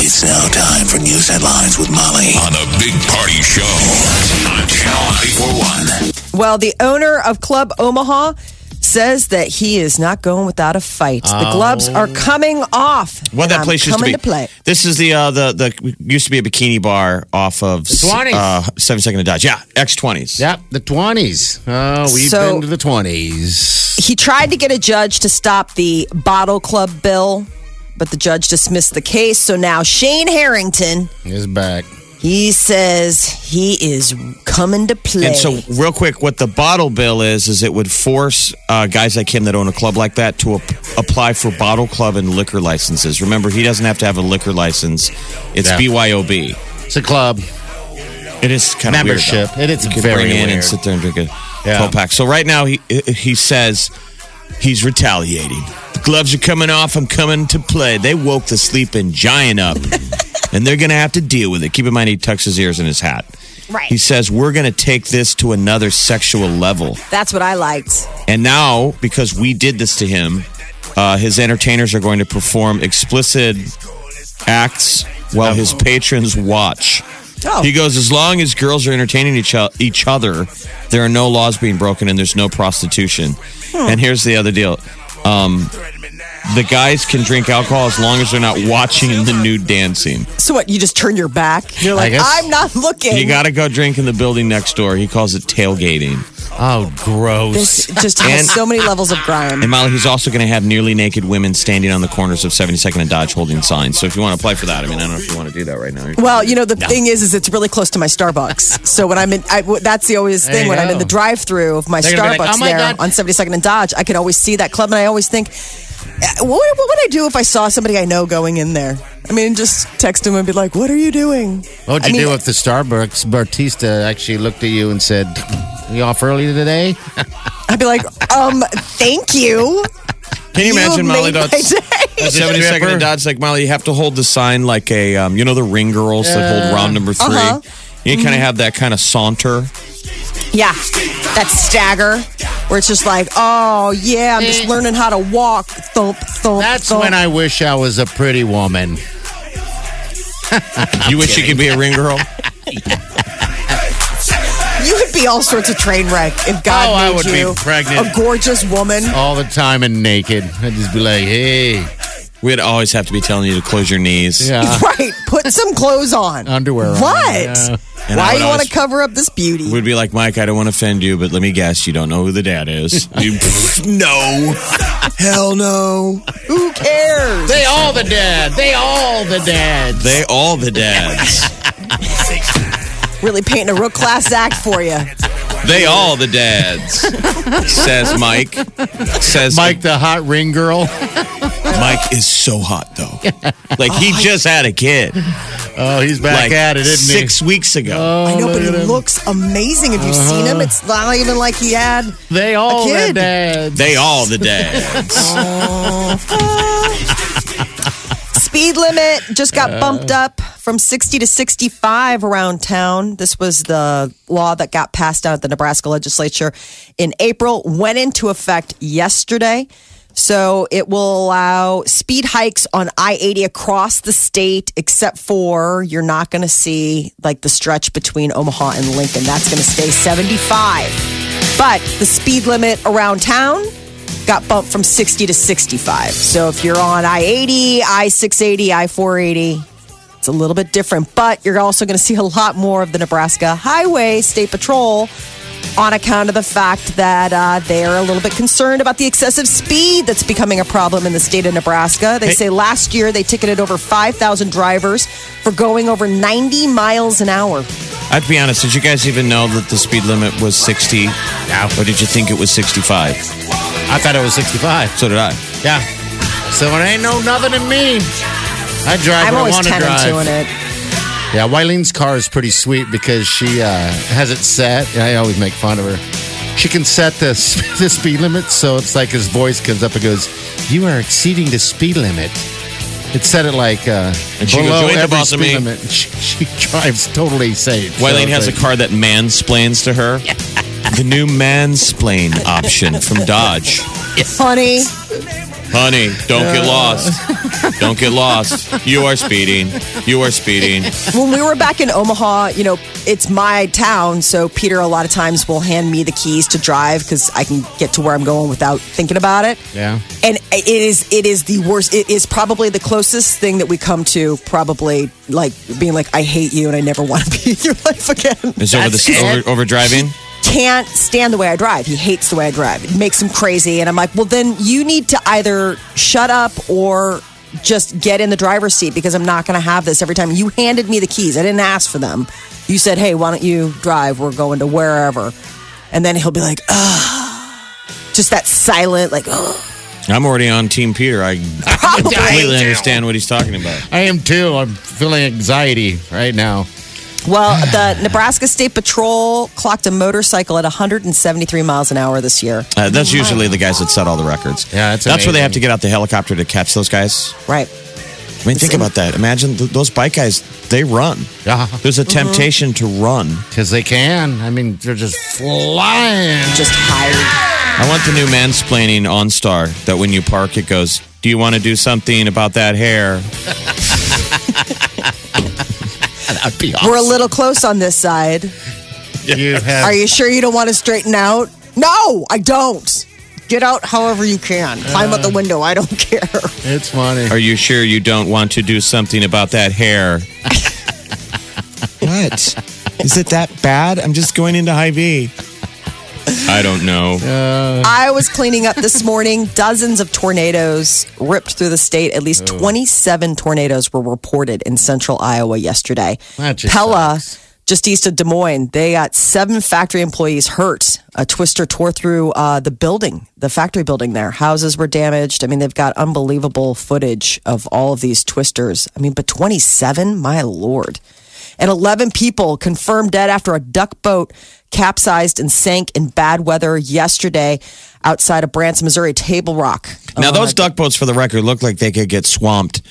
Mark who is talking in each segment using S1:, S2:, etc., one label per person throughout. S1: It's now time for news headlines with Molly on a big party show on Channel 941.
S2: Well, the owner of Club Omaha says that he is not going without a fight. The gloves are coming off.
S3: Oh. Well,
S2: and
S3: that
S2: I'm
S3: place used to
S2: coming
S3: be.
S2: to Um, play.
S3: This is the uh, the the used to be a bikini bar off of
S4: Swanee.
S3: uh, Seven Second and Dodge. Yeah, X twenties.
S4: Yep, the 20s. Oh, we've
S2: So-
S4: been to the 20s.
S2: He tried to get a judge to stop the bottle club bill, but the judge dismissed the case. So now Shane Harrington,
S4: Is back.
S2: he says he is coming to play.
S3: And so, real quick, what the bottle bill is is it would force uh, guys like him that own a club like that to ap- apply for bottle club and liquor licenses. Remember, he doesn't have to have a liquor license. It's
S4: Yeah.
S3: BYOB.
S4: It's a club.
S3: It is kind of
S4: Membership.
S3: Weird,
S4: It is
S3: you could
S4: very
S3: bring in
S4: weird.
S3: and sit there and drink a
S4: Yeah.
S3: 12 pack. So right now he he says he's retaliating. The gloves are coming off. I'm coming to play. They woke the sleeping giant up, and they're going to have to deal with it. Keep in mind he tucks his ears in his hat.
S2: Right.
S3: He says we're going to take this to another sexual level.
S2: That's what I liked.
S3: And now, because we did this to him, uh, his entertainers are going to perform explicit acts while his patrons watch.
S2: Oh.
S3: He goes, as long as girls are entertaining each, o- each other, there are no laws being broken and there's no prostitution. And here's the other deal um, the guys can drink alcohol as long as they're not watching the nude dancing.
S2: So what? You just turn your back? You're
S4: like,
S2: like,
S4: guess-
S2: I'm not looking.
S3: You got to go drink in the building next door. He calls it tailgating.
S4: Oh, gross.
S2: this just has
S3: And-
S2: so many levels of grime.
S3: And Molly, he's also going to have nearly naked women standing on the corners of 72nd and Dodge holding signs. So if you want to apply for that, I mean, I don't know if you want to do that right now.
S2: Well, you know the thing is, is it's really close to my Starbucks. so when I'm in, I, w- that's the always
S4: There
S2: thing
S4: you
S2: when I'm in
S4: go.
S2: the drive-through of my
S4: They're gonna
S2: Starbucks
S4: be like, "Oh my
S2: there
S4: God."
S2: on 72nd and Dodge, I can always see that club, and I always think, uh, what, what would I do if I saw somebody I know going in there? I mean, just text them and be like, "What are you doing?"
S4: What would
S2: I
S4: you
S2: mean-
S4: do if the Starbucks Bartista actually looked at you and said, You off early today?
S2: I'd be like, "Um, thank you."
S3: Can you, imagine Molly
S2: made my
S3: Dodge?
S2: day.
S3: 72nd and Dodge, like Molly, you have to hold the sign like a, um, you know, the ring girls that
S4: Uh,
S3: hold round number 3
S2: Uh-huh.
S3: You
S4: Mm-hmm.
S3: kind of have that kind of saunter.
S2: Yeah, that stagger where it's just like, "Oh yeah, I'm just learning how to walk." Thump, thump.
S4: Eh. That's
S2: thump.
S4: when I wish I was a pretty woman.
S3: you wish you could be a ring girl?
S2: You would be all sorts of train wreck if God
S4: Oh, I
S2: made
S4: would be
S2: you
S4: pregnant. Oh,
S2: a gorgeous woman.
S4: All the time and naked. I'd just be like, Hey,
S3: We'd always have to be telling you to close your knees.
S4: yeah.
S2: Right, put some clothes on.
S4: Underwear on,
S2: What?
S4: yeah.
S3: And I
S2: Why
S3: would
S2: you want to
S3: always-
S2: cover up this beauty?
S3: We'd be like, Mike, I don't want to offend you, but let me guess, you don't know who the dad is. You- no.
S2: Hell no. Who cares?
S4: They all the dead. They all the dead.
S3: They all the dads.
S2: really painting a real class act for you.
S3: They all the dads, says Mike. Says
S4: Mike, the hot ring girl.
S3: Mike is so hot though. Like he just had a kid,
S4: Oh, he's back
S3: like
S4: at it, isn't he?
S3: six weeks
S4: Oh,
S3: ago.
S2: I know, but he looks amazing. Have you seen
S4: Uh-huh.
S2: him? It's not even like he had.
S4: They all
S2: A
S4: the
S2: kid.
S4: dads.
S3: They all the dads.
S2: Speed limit just got bumped up from 60 to 65 around town. This was the law that got passed out at the Nebraska legislature in April, went into effect yesterday. So it will allow speed hikes on I 80 across the state, except for you're not going to see like the stretch between Omaha and Lincoln. That's going to stay 75. But the speed limit around town got bumped from 60 to 65. So if you're on I 80, I 680, I 480, it's a little bit different. But you're also going to see a lot more of the Nebraska Highway State Patrol on account of the fact that uh, they're a little bit concerned about the excessive speed that's becoming a problem in the state of Nebraska. They say last year they ticketed over 5,000 drivers for going over 90 miles an hour.
S3: I'd be honest. Did you guys even know that the speed limit was sixty? Or did you think it was sixty-five?
S4: I thought it was 65.
S3: So did I.
S4: Yeah. So it ain't no nothing to me. I drive.
S2: I'm
S4: what
S2: always
S4: I want to
S2: 10 and
S4: drive.
S2: 2 in it.
S4: Yeah, Wylene's car is pretty sweet because she uh, has it set. and I always make fun of her. She can set the, s- the speed limit, so it's like his voice comes up and goes, "You are exceeding the speed limit." It's set at like uh,
S3: And she goes,
S4: below
S3: "You ain't the
S4: every
S3: boss of
S4: speed
S3: me."
S4: limit. And She, she drives totally safe. So
S3: Wylene
S4: it's
S3: has a
S4: like-
S3: car that mansplains to her. The new mansplain option from Dodge.
S2: Funny.
S3: Honey, don't get lost. Don't get lost. You are speeding. You are speeding.
S2: when we were back in Omaha, you know, it's my town, so Peter a lot of times will hand me the keys to drive because I can get to where I'm going without thinking about it.
S4: Yeah.
S2: And it is it is the worst. It is probably the closest thing that we come to probably like being like I hate you and I never want to be in your life again.
S3: Is over
S4: That's
S3: the
S4: it.
S3: over, over driving?
S2: Can't stand the way I drive. He hates the way I drive. It makes him crazy. And I'm like, well, then you need to either shut up or just get in the driver's seat because I'm not going to have this every time. You handed me the keys. I didn't ask for them. You said, hey, why don't you drive? We're going to wherever. And then he'll be like, ugh. Just that silent, like, ugh.
S3: I'm already on Team Peter. I
S2: Probably.
S3: completely understand what he's talking about.
S4: I am too. I'm feeling anxiety right now.
S2: Well, the Nebraska State Patrol clocked a motorcycle at 173 miles an hour this year.
S3: Uh, that's usually the guys that set all the records.
S4: Yeah, that's
S3: that's where they
S4: amazing.
S3: have to get out the helicopter to catch those guys.
S2: Right.
S3: I mean, think
S2: in-
S3: about that. Imagine th- those bike guys, they run.
S4: Yeah.
S3: There's a temptation to run.
S4: Because they can. I mean, they're just flying.
S2: Just hired.
S3: I want the new mansplaining OnStar that when you park, it goes, Do you want to do something about that hair?
S4: That'd be awesome.
S2: We're a little close on this side.
S4: You have
S2: Are you sure you don't want to straighten out? No, I don't. Get out however you can. Climb out the
S4: Uh.
S2: window. I don't care.
S4: It's funny.
S3: Are you sure you don't want to do something about that hair? what? Is it that bad? I'm just going into high V. I don't know.
S4: Uh.
S2: I was cleaning up this morning. Dozens of tornadoes ripped through the state. At least 27 tornadoes were reported in central Iowa yesterday.
S4: That just
S2: Pella,
S4: sucks.
S2: just east of Des Moines, they got seven factory employees hurt. A twister tore through uh, the building, the factory building there. Houses were damaged. I mean, they've got unbelievable footage of all of these twisters. I mean, but 27? My Lord. And 11 people confirmed dead after a duck boat capsized and sank in bad weather yesterday outside of Branson, Missouri, Table Rock.
S4: Oh,
S3: Now, those duck boats, for the record, look like they could get swamped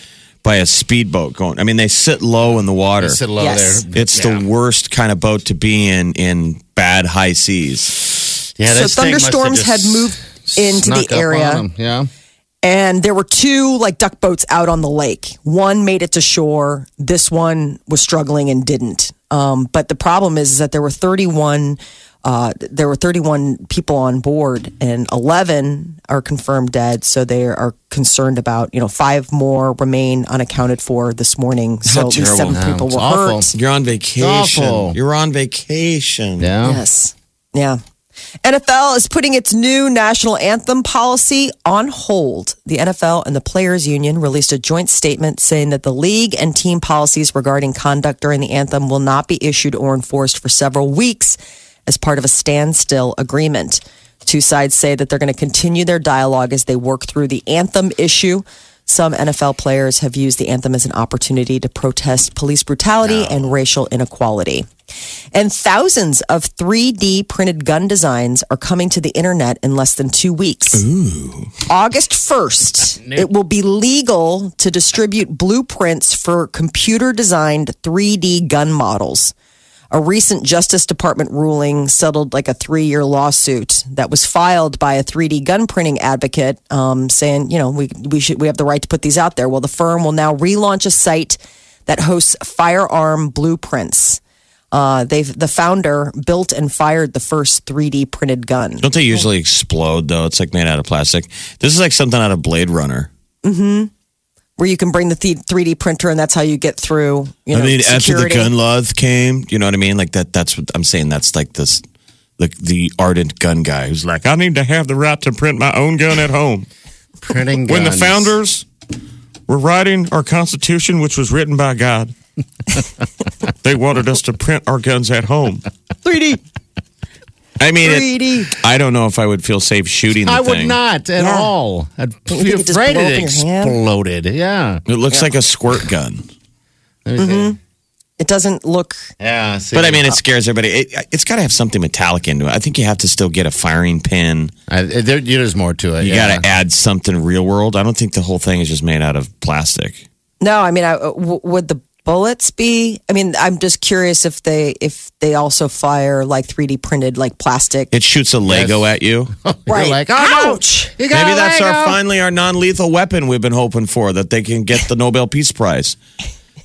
S3: by a speedboat going. I mean, they sit low in the water.
S4: sit low
S2: Yes.
S4: there.
S3: It's the worst kind of boat to be in in bad high seas.
S2: So
S4: Yeah, this thing must have
S2: thunderstorms
S4: just
S2: had moved into the
S4: snuck up
S2: area.
S4: on 'em, Yeah.
S2: And there were two like duck boats out on the lake. One made it to shore. This one was struggling and didn't. Um, but the problem is, is that there were 31. Uh, there were 31 people on board, and 11 are confirmed dead. So they are concerned about, you know, five more remain unaccounted for this morning. So
S3: How
S2: at least
S3: terrible.
S2: seven
S4: No,
S2: people
S4: it's
S2: were
S4: awful.
S2: hurt.
S3: You're on vacation.
S4: Awful.
S3: You're on vacation.
S4: Yeah.
S2: Yes. Yeah. NFL is putting its new national anthem policy on hold. The NFL and the Players Union released a joint statement saying that the league and team policies regarding conduct during the anthem will not be issued or enforced for several weeks as part of a standstill agreement. Two sides say that they're going to continue their dialogue as they work through the anthem issue. Some NFL players have used the anthem as an opportunity to protest police brutality and racial inequality. And thousands of 3D printed gun designs are coming to the internet in less than two weeks. August 1st, it will be legal to distribute blueprints for computer designed 3D gun models. A recent Justice Department ruling settled like a three year lawsuit that was filed by a 3D gun printing advocate um, saying, you know, we, we, should, we have the right to put these out there. Well, the firm will now relaunch a site that hosts firearm blueprints. Uh, they've the founder built and fired the first 3D printed gun.
S3: Don't they usually explode though? It's like made out of plastic. This is like something out of Blade Runner.
S2: where you can bring the th- 3D printer and that's how you get through. You know,
S3: I mean, after the
S2: security.
S3: gun laws came, you know what I mean? Like that. That's what I'm saying. That's like this, like the ardent gun guy who's like, I need to have the right to print my own gun at home.
S4: Printing
S3: When the
S4: guns.
S3: founders were writing our Constitution, which was written by God, they wanted us to print our guns at home.
S2: 3D.
S3: I mean,
S2: Greedy.
S3: it, I don't know if I would feel safe shooting the
S4: I
S3: thing.
S4: would not at
S2: Yeah.
S4: all. I'd be
S2: could just
S4: afraid
S2: blow up
S4: it
S2: in your hand.
S4: exploded. Yeah.
S3: It looks like a squirt gun.
S4: Let me see.
S2: Mm-hmm. It doesn't look.
S4: Yeah. see.
S3: But I mean, it scares everybody. It, it's got to have something metallic into it. I think you have to still get a firing pin.
S4: I, there, there's more to it.
S3: You
S4: yeah.
S3: got to add something real world. I don't think the whole thing is just made out of plastic.
S2: No, I mean, I, w- would the bullets be? I mean, I'm just curious if they if they also fire like 3D printed like plastic.
S3: It shoots a Lego
S4: Yes.
S3: at you.
S4: You're
S2: Right.
S4: like, oh, no,
S2: Ouch.
S4: you got
S3: Maybe
S4: a
S3: that's our
S4: Lego.
S3: finally our non-lethal weapon we've been hoping for that they can get the Nobel Peace Prize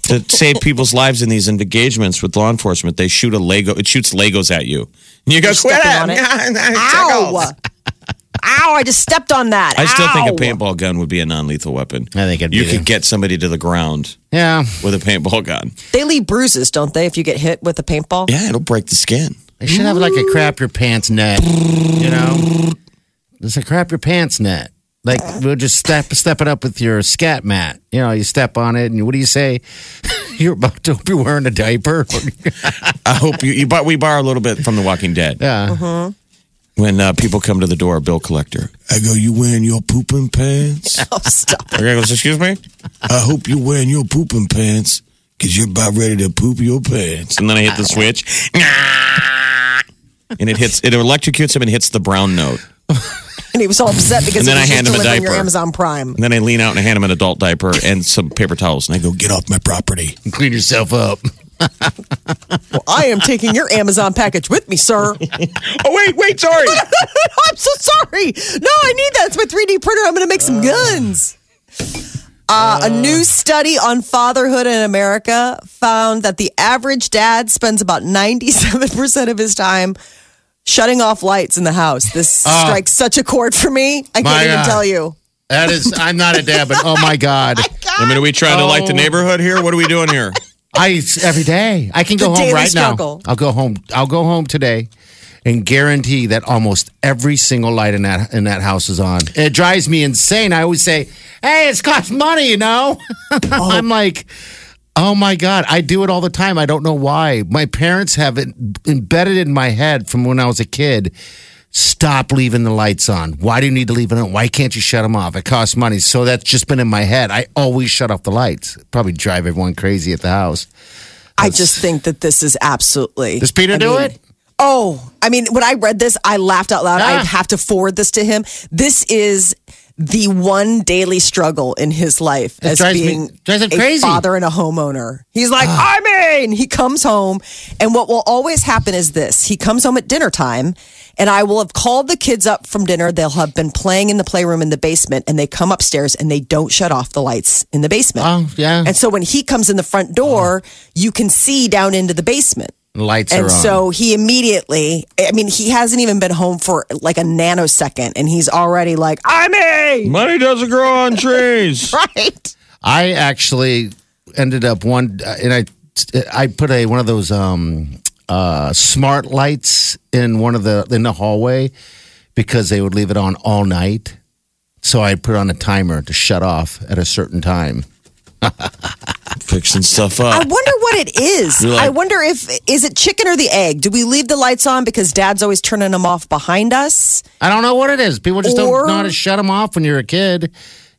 S3: to save people's lives in these engagements with law enforcement. They shoot a Lego. It shoots Legos at you. And you go, quit
S2: stepping on
S3: it. oh.
S2: it. Ow! Ow! I just stepped on that.
S3: I still think a
S2: Ow.
S3: paintball gun would be a non-lethal weapon.
S4: I think it'd
S3: you
S4: be
S3: could
S4: the-
S3: get somebody to the ground
S4: Yeah.
S3: with a paintball gun.
S2: They leave bruises, don't they? If you get hit with a paintball.
S3: Yeah, it'll break the skin.
S4: They should have like a crap your pants net. You know? It's a crap your pants net. Like we'll just step step it up with your scat mat. You know, you step on it and what do you say? You're about to be wearing a diaper.
S3: I hope you. you but we borrow a little bit from The Walking Dead.
S4: yeah.
S3: When uh, people come to the door, bill collector. I go, you wearing your pooping pants?
S2: Oh, stop.
S3: The guy goes, excuse me. I hope you're wearing your pooping pants because you're about ready to poop your pants. And then I hit the switch, and it hits. It electrocutes him and hits the brown note.
S2: And he was all upset because
S3: And then
S2: it
S3: I
S2: was
S3: hand him
S2: just
S3: a
S2: delivering your
S3: diaper.
S2: Amazon Prime.
S3: And then I lean out and I hand him an adult diaper and some paper towels, and I go, get off my property.
S4: Clean yourself up.
S2: Well, I am taking your Amazon package with me, sir.
S3: Oh wait, wait, sorry.
S2: I'm so sorry. No, I need that. It's my 3D printer. I'm going to make some guns. Uh, a new study on fatherhood in America found that the average dad spends about 97% of his time shutting off lights in the house. This strikes such a chord for me. I
S4: Ah. My
S2: can't even
S4: God.
S2: tell you.
S4: That is I'm not a dad, but oh my god.
S3: I mean, are we trying to light the neighborhood here? What are we doing here?
S4: I every day. I can go
S2: The
S4: home
S2: daily
S4: right
S2: struggle.
S4: now. I'll go home. I'll go home today, and guarantee that almost every single light in that in that house is on. It drives me insane. I always say, "Hey, it's cost money," you know. I'm like. Oh my God, I do it all the time. I don't know why. My parents have it embedded in my head from when I was a kid. Stop leaving the lights on. Why do you need to leave it on? Why can't you shut them off? It costs money. So that's just been in my head. I always shut off the lights. Probably drive everyone crazy at the house.
S2: I just think that this is absolutely.
S4: Does Peter
S2: I
S4: do
S2: mean,
S4: it?
S2: Oh, I mean, when I read this, I laughed out loud.
S4: Ah.
S2: I have to forward this to him. This is the one daily struggle in his life as
S4: drives me-
S2: being
S4: drives him
S2: a
S4: crazy. Ah.
S2: father and a homeowner. He's like, I mean, he comes home, and what will always happen is this: he comes home at dinner time, and I will have called the kids up from dinner. They'll have been playing in the playroom in the basement, and they come upstairs and they don't shut off the lights in the basement.
S4: Oh, yeah.
S2: And so when he comes in the front door, you can see down into the basement.
S4: Lights are
S2: And
S4: on.
S2: so he immediately, I mean, he hasn't even been home for like a nanosecond, and he's already like, I'm in.
S3: Money doesn't grow on trees.
S2: Right.
S4: I actually ended up one, uh, and I I put a one of those um, uh, smart lights in one of the in the hallway because they would leave it on all night. So I put on a timer to shut off at a certain time.
S3: Fixing stuff
S2: I
S3: up.
S2: wonder what it is.
S3: You're like-
S2: I wonder if, is it chicken or the egg? Do we leave the lights on because dad's always turning them off behind us?
S4: I don't know what it is. People just
S2: Or-
S4: don't know how to shut them off when you're a kid.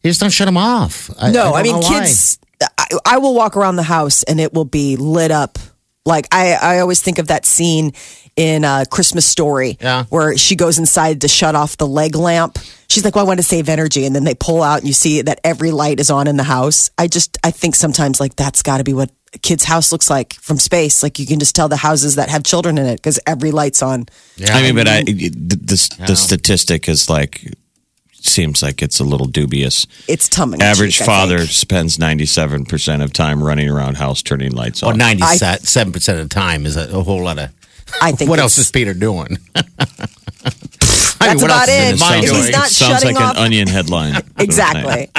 S4: You just don't shut them off. I,
S2: No,
S4: don't
S2: I, mean,
S4: know why.
S2: kids, I, I will walk around the house and it will be lit up. Like, I, I always think of that scene in uh, Christmas Story
S4: Yeah.
S2: where she goes inside to shut off the leg lamp. She's like, Well, I want to save energy. And then they pull out and you see that every light is on in the house. I just, I think sometimes like that's got to be what a kid's house looks like from space. Like, you can just tell the houses that have children in it because every light's on.
S4: Yeah.
S3: I mean, but I the, the, the statistic is like seems like it's a little dubious.
S2: It's tummy.
S3: Average father spends ninety seven percent of time running around house turning lights
S4: Well,
S3: on.
S4: ninety-seven percent of the time is a, a whole lot of.
S2: I think
S4: What
S2: it's-
S4: else is Peter doing? I
S2: That's about
S4: is
S2: it.
S4: his son
S2: If
S4: doing?
S2: he's not
S3: it sounds
S2: shutting
S3: like
S2: off-
S3: an onion headline.
S2: Exactly.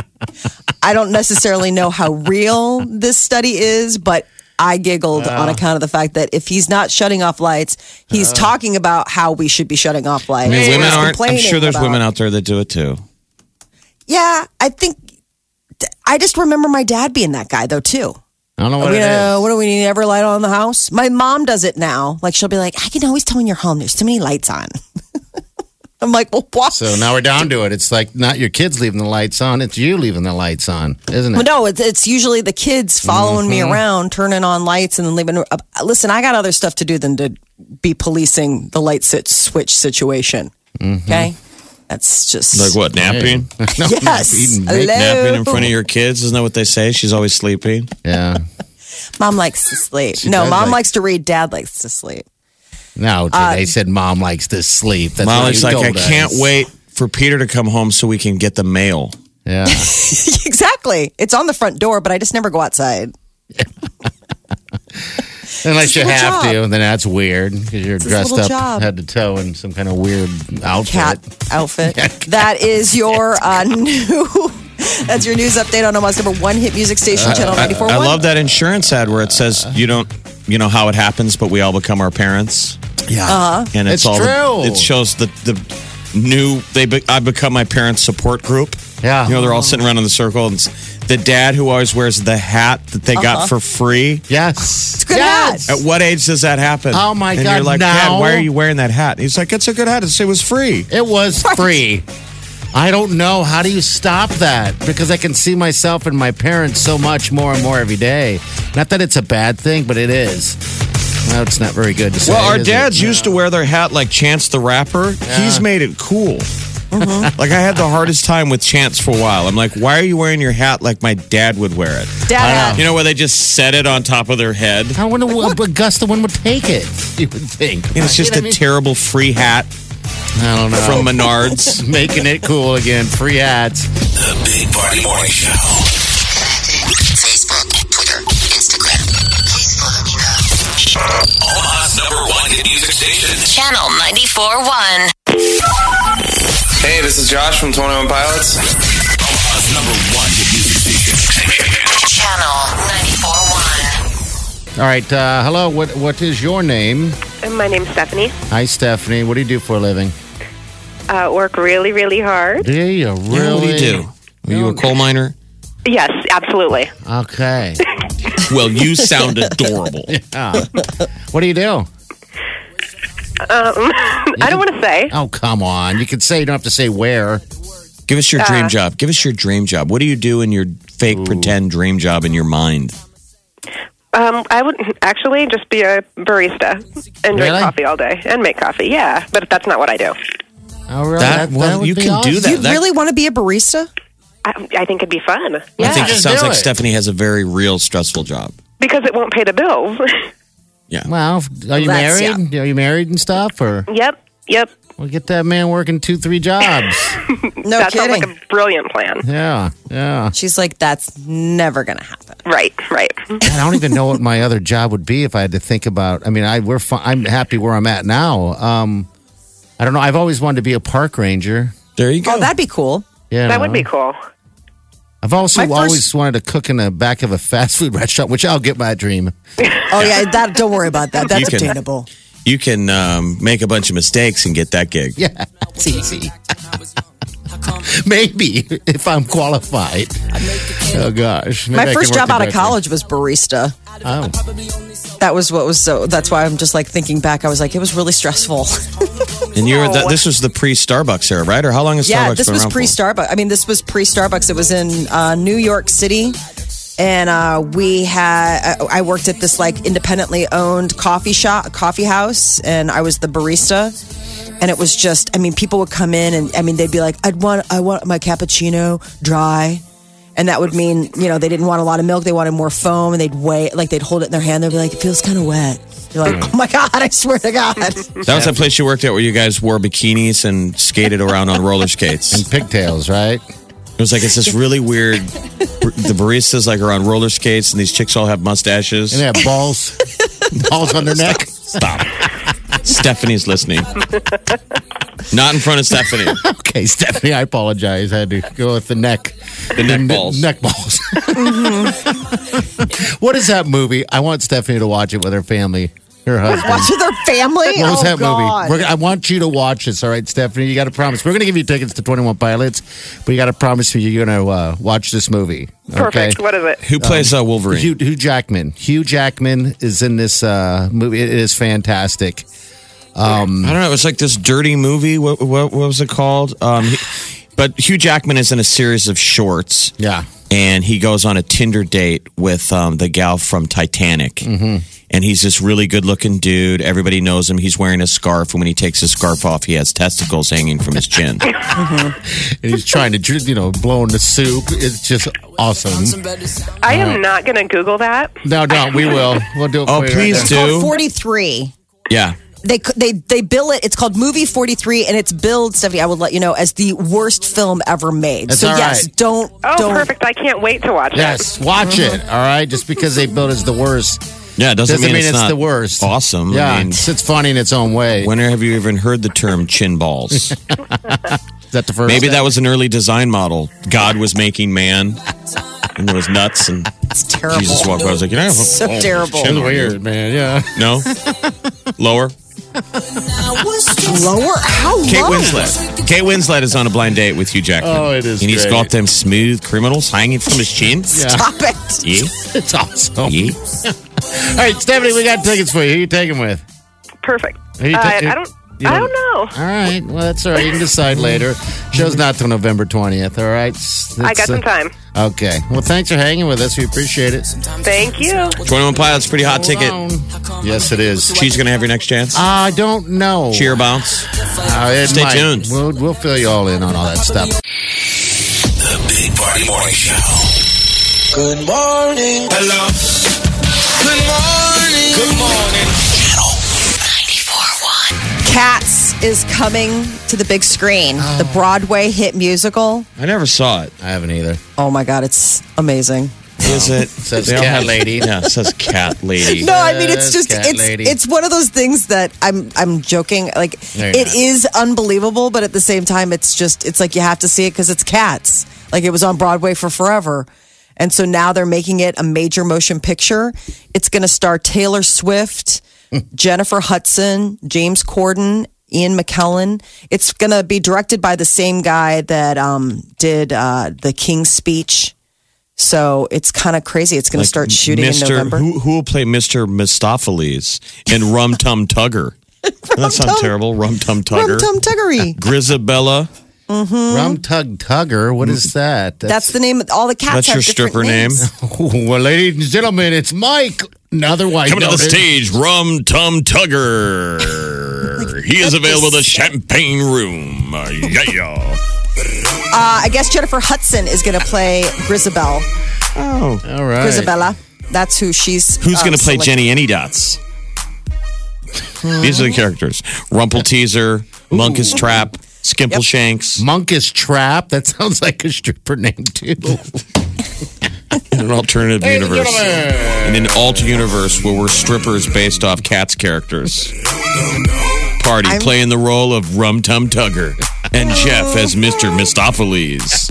S2: I don't necessarily know how real this study is, but I giggled on account of the fact that if he's not shutting off lights, he's talking about how we should be shutting off lights.
S3: I mean, women
S2: He's
S3: aren't. I'm
S2: complaining
S3: sure there's
S2: about-
S3: women out there that do it too.
S2: Yeah, I think I just remember my dad being that guy though too.
S4: I don't know
S3: Oh,
S4: what
S2: We
S4: it is.
S2: know, what do we need? Every light on in the house? My mom does it now. Like she'll be like, I can always tell when you're home. There's too many lights on. I'm like, well, why?
S4: So now we're down to it. It's like not your kids leaving the lights on; it's you leaving the lights on, isn't
S2: Well,
S4: it?
S2: no, it's, it's usually the kids following
S3: Mm-hmm.
S2: me around, turning on lights and then leaving. Uh, Listen, I got other stuff to do than to be policing the light sit switch situation. Okay, that's just
S3: Mm-hmm. Like what? Napping?
S4: No,
S2: Yes.
S4: eating
S2: Hello.
S4: meat.
S3: Napping in front of your kids? Isn't that what they say? She's always sleeping.
S4: Yeah.
S2: mom likes to sleep.
S4: She
S2: no,
S4: does
S2: mom
S4: like-
S2: likes to read. Dad likes to sleep.
S4: No, dude,
S2: Uh,
S4: they said mom likes to sleep. That's what
S3: Molly's
S4: you
S3: like, I
S4: told us."
S3: can't wait for Peter to come home so we can get the mail.
S4: Yeah.
S2: exactly. It's on the front door, but I just never go outside.
S4: Unless you
S2: little
S4: have
S2: job.
S4: to, then that's weird because you're
S2: his
S4: dressed
S2: little
S4: up
S2: job.
S4: head to toe in some kind of weird outfit.
S2: cat outfit. That is your uh, new. That's your news update on Omaha's number one hit music station, Channel ninety four.
S3: Uh, I love that insurance ad where it says
S4: Uh.
S3: you don't, you know how it happens, but we all become our parents,
S4: Yeah.
S3: and it's,
S4: It's
S3: all
S4: true.
S3: it shows the the new they be, I become my parents support group.
S4: Yeah.
S3: you know they're all sitting around in the circle, and it's the dad who always wears the hat that they got for free.
S4: Yes.
S2: It's a good
S4: yes.
S3: At what age does that happen?
S4: Oh, my
S3: and
S4: God,
S3: You're like,
S4: now?"
S3: Dad, why are you wearing that hat? And he's like, it's a good hat. It's- It was free.
S4: It was free. I don't know. How do you stop that? Because I can see myself and my parents so much more and more every day. Not that it's a bad thing, but it is. No, it's not very good to say.
S3: Well, our
S4: is
S3: dads
S4: it?
S3: used to wear their hat like Chance the Rapper. He's made it cool.
S4: Uh-huh.
S3: like I had the hardest time with Chance for a while. I'm like, why are you wearing your hat like my dad would wear it?
S2: Dad.
S3: You know where they just set it on top of their head.
S4: I wonder what Augusta one would take it. You would think.
S3: And it's just
S4: You
S3: a
S4: know what Oh.
S3: terrible free hat
S4: I mean? I don't know.
S3: from Menards.
S4: making it cool again. Free ads.
S1: The Big Party Morning Show.
S5: Facebook, Twitter, Instagram. Please follow me now.
S1: Omaha's number one hit music station.
S5: Channel 94.1.
S6: Hey, this is Josh from 21 Pilots.
S1: Omaha's number one hit music station.
S5: Channel 94.1.
S4: All right. Uh, hello. What What is your name?
S7: My name's Stephanie.
S4: Hi, Stephanie. What do you do for a living?
S7: Uh, work really, really hard.
S4: Do you really?
S3: What do you do? Are you a coal miner?
S7: Yes, absolutely.
S4: Okay.
S3: Well, you sound adorable.
S4: Ah. what do you do?
S7: Um, I don't want to say.
S4: Oh, come on. You can say you don't have to say where.
S3: Give us your dream job. Give us your dream job. What do you do in your fake pretend dream job in your mind?
S7: Um, I would actually just be a barista and drink
S4: Really?
S7: coffee all day and make coffee. Yeah, but that's not what I do.
S4: Oh, really?
S3: That- well,
S4: would
S3: you
S4: be
S3: can do that.
S2: You really want to be a barista?
S7: I, I think it'd be fun.
S3: I think it
S4: Just
S3: sounds
S4: do
S3: like
S4: it.
S3: Stephanie has a very real stressful job.
S7: Because it won't pay the bills.
S4: Well, are you
S2: That's-
S4: married? Are you married and stuff? Or
S7: yep, yep.
S4: well, get that man working two, three jobs.
S2: No
S7: that
S2: kidding.
S7: sounds like a brilliant plan.
S4: yeah, yeah.
S2: She's like, that's never gonna happen.
S7: Right, right.
S4: I don't even know what my other job would be if I had to think about. I mean, I we're fi- I'm happy where I'm at now. Um, I don't know. I've always wanted to be a park ranger.
S3: There you go.
S2: Oh, that'd be cool.
S4: Yeah,
S7: That would be
S4: Oh.
S7: cool.
S4: I've also
S2: My first-
S4: always wanted to cook in the back of a fast food restaurant, which I'll get my dream.
S2: Oh yeah, that don't worry about that. That's
S3: You can-
S2: obtainable.
S3: you can um, make a bunch of mistakes and get that gig.
S4: Yeah, it's easy. Maybe if I'm qualified. Oh gosh, Maybe
S2: My
S4: I can
S2: first
S4: work
S2: job out of
S4: directly.
S2: college was barista.
S4: Oh,
S2: That was what was so. That's why I'm just like thinking back. I was like, it was really stressful.
S3: And you were that, this was the pre Starbucks era, right? Or how long has
S2: Yeah,
S3: Starbucks
S2: this
S3: been
S2: was
S3: around for?
S2: pre Starbucks. I mean, this was pre Starbucks. It was in uh, New York City. And uh, we had, uh, I I worked at this like independently owned coffee shop, coffee house, and I was the barista. And it was just, I mean, people would come in and I mean, they'd be like, I'd want, I want my cappuccino dry. And that would mean, you know, they didn't want a lot of milk. They wanted more foam and they'd wait, like they'd hold it in their hand. They'd be like, it feels kind of wet. You're like, oh my God, I swear to God.
S3: That was that place you worked at where you guys wore bikinis and skated around on roller skates. It
S4: pigtails, right?
S3: was like it's this really weird. The baristas like are on roller skates, and these chicks all have mustaches.
S4: And they have balls, balls on their neck.
S3: Stop. Stephanie's listening. Not in front of Stephanie.
S4: Okay, Stephanie, I apologize. I had to go with the neck.
S3: The neck balls. Mm-hmm.
S4: Neck balls. What is that movie? I want Stephanie to watch it with her family. her husband.
S2: Watch with her family.
S4: What was
S2: oh,
S4: that
S2: God.
S4: movie? We're, I want you to watch this. All right, Stephanie, you got to promise. We're going to give you tickets to Twenty One Pilots, but you got to promise me you're going to uh, watch this movie.
S7: Perfect. What is it?
S3: Who plays
S4: um,
S3: uh, Wolverine?
S4: Hugh, Hugh Jackman. Hugh Jackman is in this uh, movie. It is fantastic.
S3: I don't know. It was like this dirty movie. What what, what was it called? Um, he- but Hugh Jackman is in a series of shorts.
S4: Yeah.
S3: and he goes on a Tinder date with um, the gal from Titanic.
S4: Mm-hmm.
S3: And he's this really good looking dude. Everybody knows him. He's wearing a scarf. And when he takes his scarf off, he has testicles hanging from his chin.
S4: And he's trying to, dr- you know, blow in the soup. It's just awesome.
S7: I am not going to Google that.
S4: No, no, we will. We'll do it.
S3: Oh,
S4: for you
S3: please
S4: right
S3: do.
S4: now.
S2: Called 43.
S3: yeah.
S2: They, c- they they bill it. It's called Movie 43, and it's billed, Stephanie. I would let you know as the worst film ever made.
S4: That's
S2: so
S4: all
S2: yes,
S4: right.
S2: don't
S7: Oh,
S2: don't.
S7: perfect. I can't wait to watch it.
S4: Yes, watch it. All right, just because they built it as the worst
S3: Yeah, it Mm-hmm. doesn't,
S4: doesn't mean, it's
S3: not
S4: the worst.
S3: Awesome.
S4: Yeah,
S3: I mean,
S4: it's, it's funny in its own way.
S3: when have you even heard the term chin balls?
S4: is that the first?
S3: Maybe that was an early design model. God was making man, and there was nuts, and
S2: It's terrible.
S3: Jesus walked by. I was like, you know, oh,
S2: So terrible.
S4: It was weird, man. Yeah.
S3: No, lower.
S2: Lower. How
S3: Kate
S2: low?
S3: Winslet. Kate Winslet is on a blind date with Hugh Jackman.
S4: Oh, it is
S3: And he's
S4: great.
S3: got them smooth criminals hanging from his chin.
S2: Stop it.
S3: Yeah.
S4: It's awesome.
S3: Yeah.
S4: All right, Stephanie, we got tickets for you. Who you taking with?
S7: Perfect.
S4: Hey, you
S7: Uh,
S4: take-
S7: I don't.
S4: you
S7: I
S4: don't-
S7: don't know.
S4: All right. Well, that's all right. You can decide later. Show's not till November 20th. All right. It's-
S7: I got
S4: uh,
S7: some time.
S4: Okay. Well, thanks for hanging with us. We appreciate it.
S7: Thank you.
S3: 21 Pilots, pretty hot ticket.
S4: Yes, it is.
S3: She's going to have your next chance.
S4: I don't know.
S3: Cheer bounce.
S4: Uh, it
S3: Stay
S4: might.
S3: tuned.
S4: We'll, we'll fill you all in on all that stuff.
S1: The Big Party Morning Show.
S8: Good morning.
S1: Hello. Good morning. Good morning.
S5: Channel 94.1.
S2: Cats is coming to the big screen. The Broadway hit musical.
S3: I never saw it.
S4: I haven't either.
S2: Oh my God, it's amazing.
S3: Is it?
S4: Oh. Says
S3: They all
S4: cat
S3: have-
S4: lady.
S3: Yeah, it says cat lady.
S2: No, I mean it's
S4: Yes,
S2: just
S4: cat
S2: it's
S4: lady.
S2: it's one of those things that I'm I'm joking. Like
S4: No,
S2: it
S4: you're not.
S2: is unbelievable, but at the same time, it's just it's like you have to see it because it's cats. Like it was on Broadway for forever, and so now they're making it a major motion picture. It's going to star Taylor Swift, Jennifer Hudson, James Corden. Ian McKellen. It's gonna be directed by the same guy that um, did uh, the King's Speech, so it's kind of crazy. It's gonna
S3: Like
S2: start shooting in
S3: Mr.
S2: November.
S3: Who, who will play Mr. Mistopheles and Rum Tum Tugger? Doesn't that sound
S2: Tum-
S3: terrible? Rum Tum
S2: Rum
S3: Tugger.
S2: Tum Tuggery.
S3: Grisabella.
S4: Rum Tug Tugger. What is that?
S2: That's the name. of All the cats.
S3: That's
S2: have
S3: your
S2: different
S3: stripper name.
S2: names.
S4: Ooh, well, ladies and gentlemen, it's Mike. Another white
S3: Coming to the
S4: noted.
S3: stage, Rum Tum Tugger. he is available at the Champagne Room. Uh, Yeah, yeah.
S2: Uh, I guess Jennifer Hudson is going to play Grisabelle.
S4: All right.
S2: Grisabella. That's who she's.
S3: Who's
S2: um,
S3: going to play
S2: select-
S3: Jenny Anydots? These are the characters: Rumple Teaser, Monkus Trap, Skimple Shanks.
S4: Monkus Trap. That sounds like a stripper name, too.
S3: In an alternative universe, in an alt universe where we're strippers based off cats characters. Party playing the role of Rum Tum Tugger and Jeff as Mr. Mistopheles.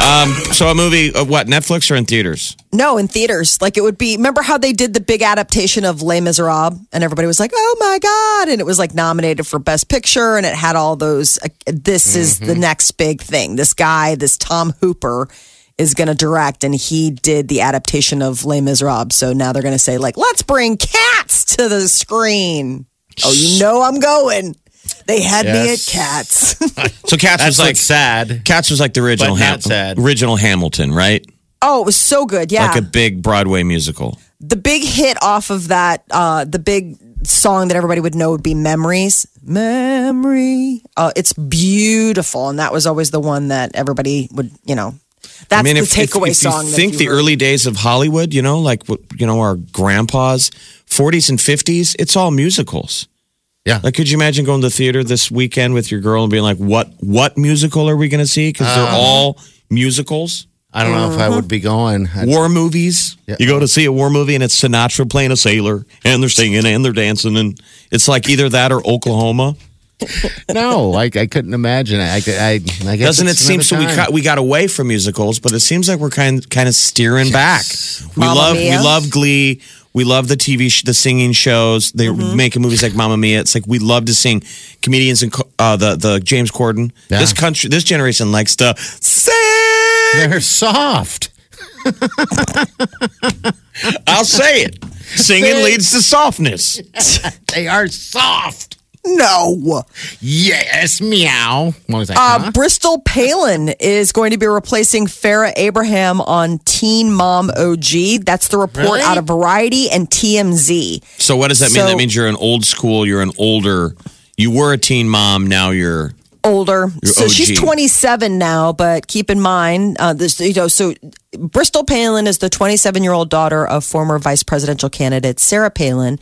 S3: Um, so a movie, uh, what Netflix or in theaters?
S2: No, in theaters. Like it would be. Remember how they did the big adaptation of Les Miserables, and everybody was like, "Oh my god!" And it was like nominated for Best Picture, and it had all those. Uh, this is
S3: Mm-hmm.
S2: the next big thing. This guy, this Tom Hooper. Is going to direct, and he did the adaptation of Les Miserables. So now they're going to say, like, let's bring cats to the screen. Oh, you know I'm going. They had me at
S4: Yes.
S2: cats.
S3: So Cats
S4: That's
S3: was like
S4: what's sad.
S3: Cats was like the original
S4: But not sad.
S3: original Hamilton, right?
S2: Oh, it was so good. Yeah.
S3: Like a big Broadway musical.
S2: the big hit off of that, uh, the big song that everybody would know would be Memories. Memory. Uh, it's beautiful. And that was always the one that everybody would, you know, that's
S3: I mean,
S2: the
S3: if, if-
S2: takeaway
S3: if
S2: song.
S3: you
S2: that
S3: think
S2: if
S3: the
S2: you were-
S3: early days of Hollywood, you know, like what- you know our grandpas, 40s and 50s, it's all musicals.
S4: Yeah.
S3: Like, could you imagine going to the theater this weekend with your girl and being like, "What what musical are we going to see?" Because they're
S2: Uh-huh.
S3: all musicals,
S4: I don't know if I would be going. I-
S3: war movies.
S4: Yeah.
S3: You go to see a war movie and it's Sinatra playing a sailor, and they're singing and they're dancing, and it's like either that or Oklahoma.
S4: No, I, I couldn't imagine. I, I, I I guess
S3: Doesn't it
S4: it's
S3: seem
S4: another
S3: so? We
S4: time.
S3: got, we got away from musicals, but it seems like we're kind kind of steering back. We
S2: Mamma
S3: love we
S2: Mia.
S3: love Glee. We We love the TV, sh- the singing shows. They're making movies like Mamma Mia. It's like we love to sing comedians and co- uh, the the James Corden.
S4: Yeah.
S3: This country, this generation likes to sing.
S4: They're soft.
S3: I'll say it. Singing
S4: Sing.
S3: leads to softness.
S4: They are soft.
S2: No.
S4: Yes, meow. What was that?
S2: Uh,
S4: huh?
S2: Bristol Palin is going to be replacing Farrah Abraham on Teen Mom OG. That's the report
S4: Really?
S2: out of Variety and TMZ.
S3: So what does that mean?
S2: So-
S3: that means you're an old school. You're an older. You were a teen mom. Now you're.
S2: older.
S3: Your
S2: so she's
S3: OG.
S2: 27 now, but keep in mind, uh, this, you know, so Bristol Palin is the 27 year old daughter of former vice presidential candidate Sarah Palin.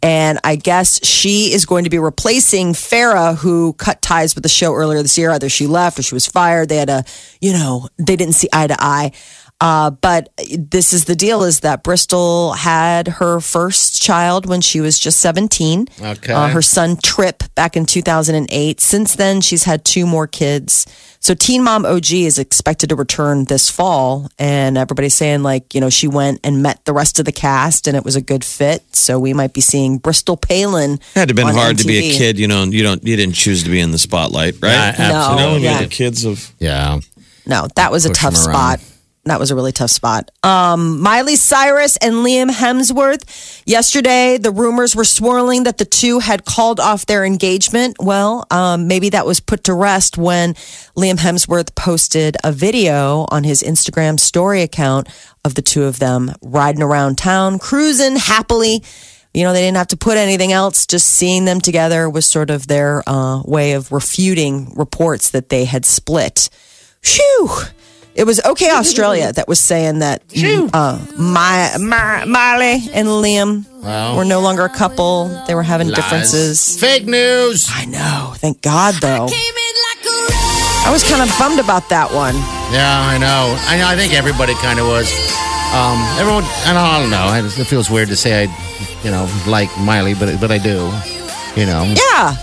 S2: And I guess she is going to be replacing Farah, who cut ties with the show earlier this year. Either she left or she was fired. They had a, you know, they didn't see eye to eye. Uh, but this is the deal is that Bristol had her first child when she was just 17.
S4: Okay.
S2: Uh, her son Trip back in 2008. Since then, she's had two more kids. So Teen Mom OG is expected to return this fall. And everybody's saying, like, you know, she went and met the rest of the cast and it was a good fit. So we might be seeing Bristol Palin.
S3: It had to been
S2: on
S3: hard to be a
S2: MTV.
S3: kid. You know, and you don't. You didn't choose to be in the spotlight, right?
S4: Yeah, No,
S3: You know,
S4: absolutely.
S3: you're
S2: yeah.
S3: the kids of.
S4: yeah.
S2: No, that was a
S4: Push
S2: tough
S4: them
S2: spot.
S4: around.
S2: That was a really tough spot. Um, Miley Cyrus and Liam Hemsworth. Yesterday, the rumors were swirling that the two had called off their engagement. Well, um, maybe that was put to rest when Liam Hemsworth posted a video on his Instagram story account of the two of them riding around town, cruising happily. You know, they didn't have to put anything else. Just seeing them together was sort of their uh, way of refuting reports that they had split. Phew. It was OK Australia that was saying that uh, my, my, Miley and Liam were no longer a couple. They were having differences.
S4: Fake news.
S2: I know. Thank God, though. I was kind of bummed about that one.
S4: Yeah, I know. I know. I think everybody kind of was. Um, everyone, and I don't know. I- It feels weird to say I, you know, like Miley, but but I do. You know.
S2: Yeah.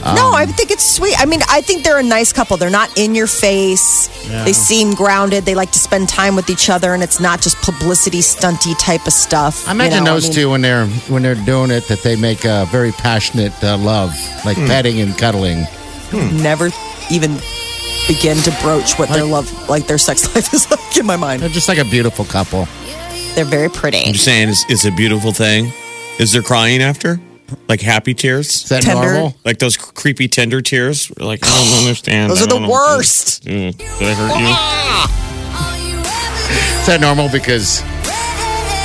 S4: Um,
S2: no, I think it's sweet. I mean, I think they're a nice couple. They're not in your face. They seem grounded. They like to spend time with each other, and it's not just publicity stunty type of stuff.
S4: I imagine
S2: you know?
S4: those
S2: mean,
S4: two when they're when they're doing it that they make a very passionate uh, love, like petting and cuddling.
S2: never even begin to broach what their
S4: Like-
S2: love, like their sex life is like in my mind.
S4: They're just like a beautiful couple.
S2: They're very pretty.
S3: I'm just saying, it's, it's a beautiful thing. Is there crying after? Like happy tears?
S4: Is that
S2: Tender.
S4: normal?
S3: Like those cr- creepy tender tears? We're Like I don't understand.
S2: Those
S3: I
S2: are the
S3: don't know.
S2: worst.
S3: Mm, Did I hurt you?
S4: Is that normal? Because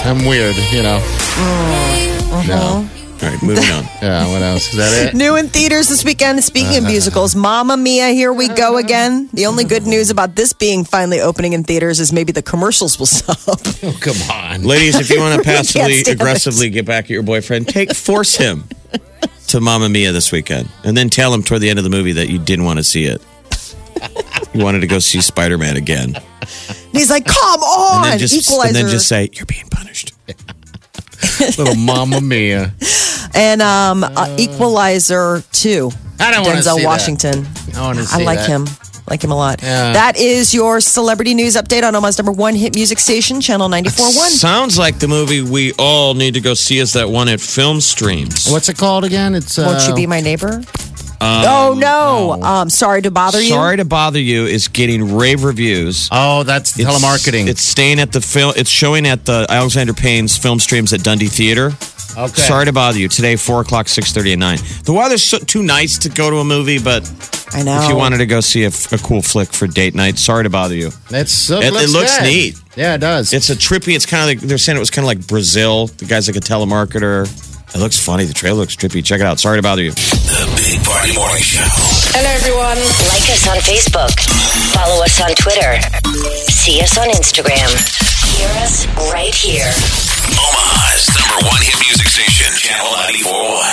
S4: I'm weird, you know.
S2: Mm,
S4: No.
S2: uh-huh.
S3: All right, moving on.
S4: Yeah. What else? Is that it?
S2: New in theaters this weekend. Speaking of musicals, Mamma Mia, here we go again. The only good news about this being finally opening in theaters is maybe the commercials will stop.
S4: Oh, come on.
S3: Ladies, if you want to passively,
S2: stand it.
S3: aggressively get back at your boyfriend, take force him to Mamma Mia this weekend, and then tell him toward the end of the movie that you didn't want to see it. You wanted to go see Spider Man again, and
S2: And he's like, "Come on,
S3: then just
S2: Equalizer!"
S3: and then just say you're being punished.
S4: Little Mamma Mia.
S2: And, um, uh, Equalizer Two.
S4: I don't wanna
S2: Denzel
S4: see that.
S2: Washington.
S4: I want to see
S2: I like
S4: that.
S2: him. Like him a lot.
S4: Yeah.
S2: That is your celebrity news update on Omaha's number one hit music station, Channel 94.1.
S3: Sounds like the movie we all need to go see is that one at Film Streams.
S4: What's it called again? It's uh,
S2: Won't you be my neighbor? oh no! Um, sorry to bother you.
S3: Sorry to bother you is getting rave reviews.
S4: Oh, that's telemarketing.
S3: It's staying at the film. It's showing at the Alexander Payne's film streams at Dundee Theater.
S4: Okay.
S3: Sorry to bother you. Today, four o'clock, six thirty, and nine. The weather's so, too nice to go to a movie, but
S2: I know.
S4: Oh.
S3: if you wanted to go see a, a cool flick for date night, sorry to bother you.
S4: That's it,
S3: It- it looks neat.
S4: Yeah, it does.
S3: It's a trippy. It's kind of like they're saying it was kind of like Brazil. The guy's like a telemarketer. It looks funny. The trailer looks trippy. Check it out. Sorry to bother you.
S1: The Big Party Morning Show.
S5: Hello, everyone. Like us on Facebook. Follow us on Twitter. See us on Instagram. Hear us right here.
S1: Omaha's number one hit music station, Channel 941.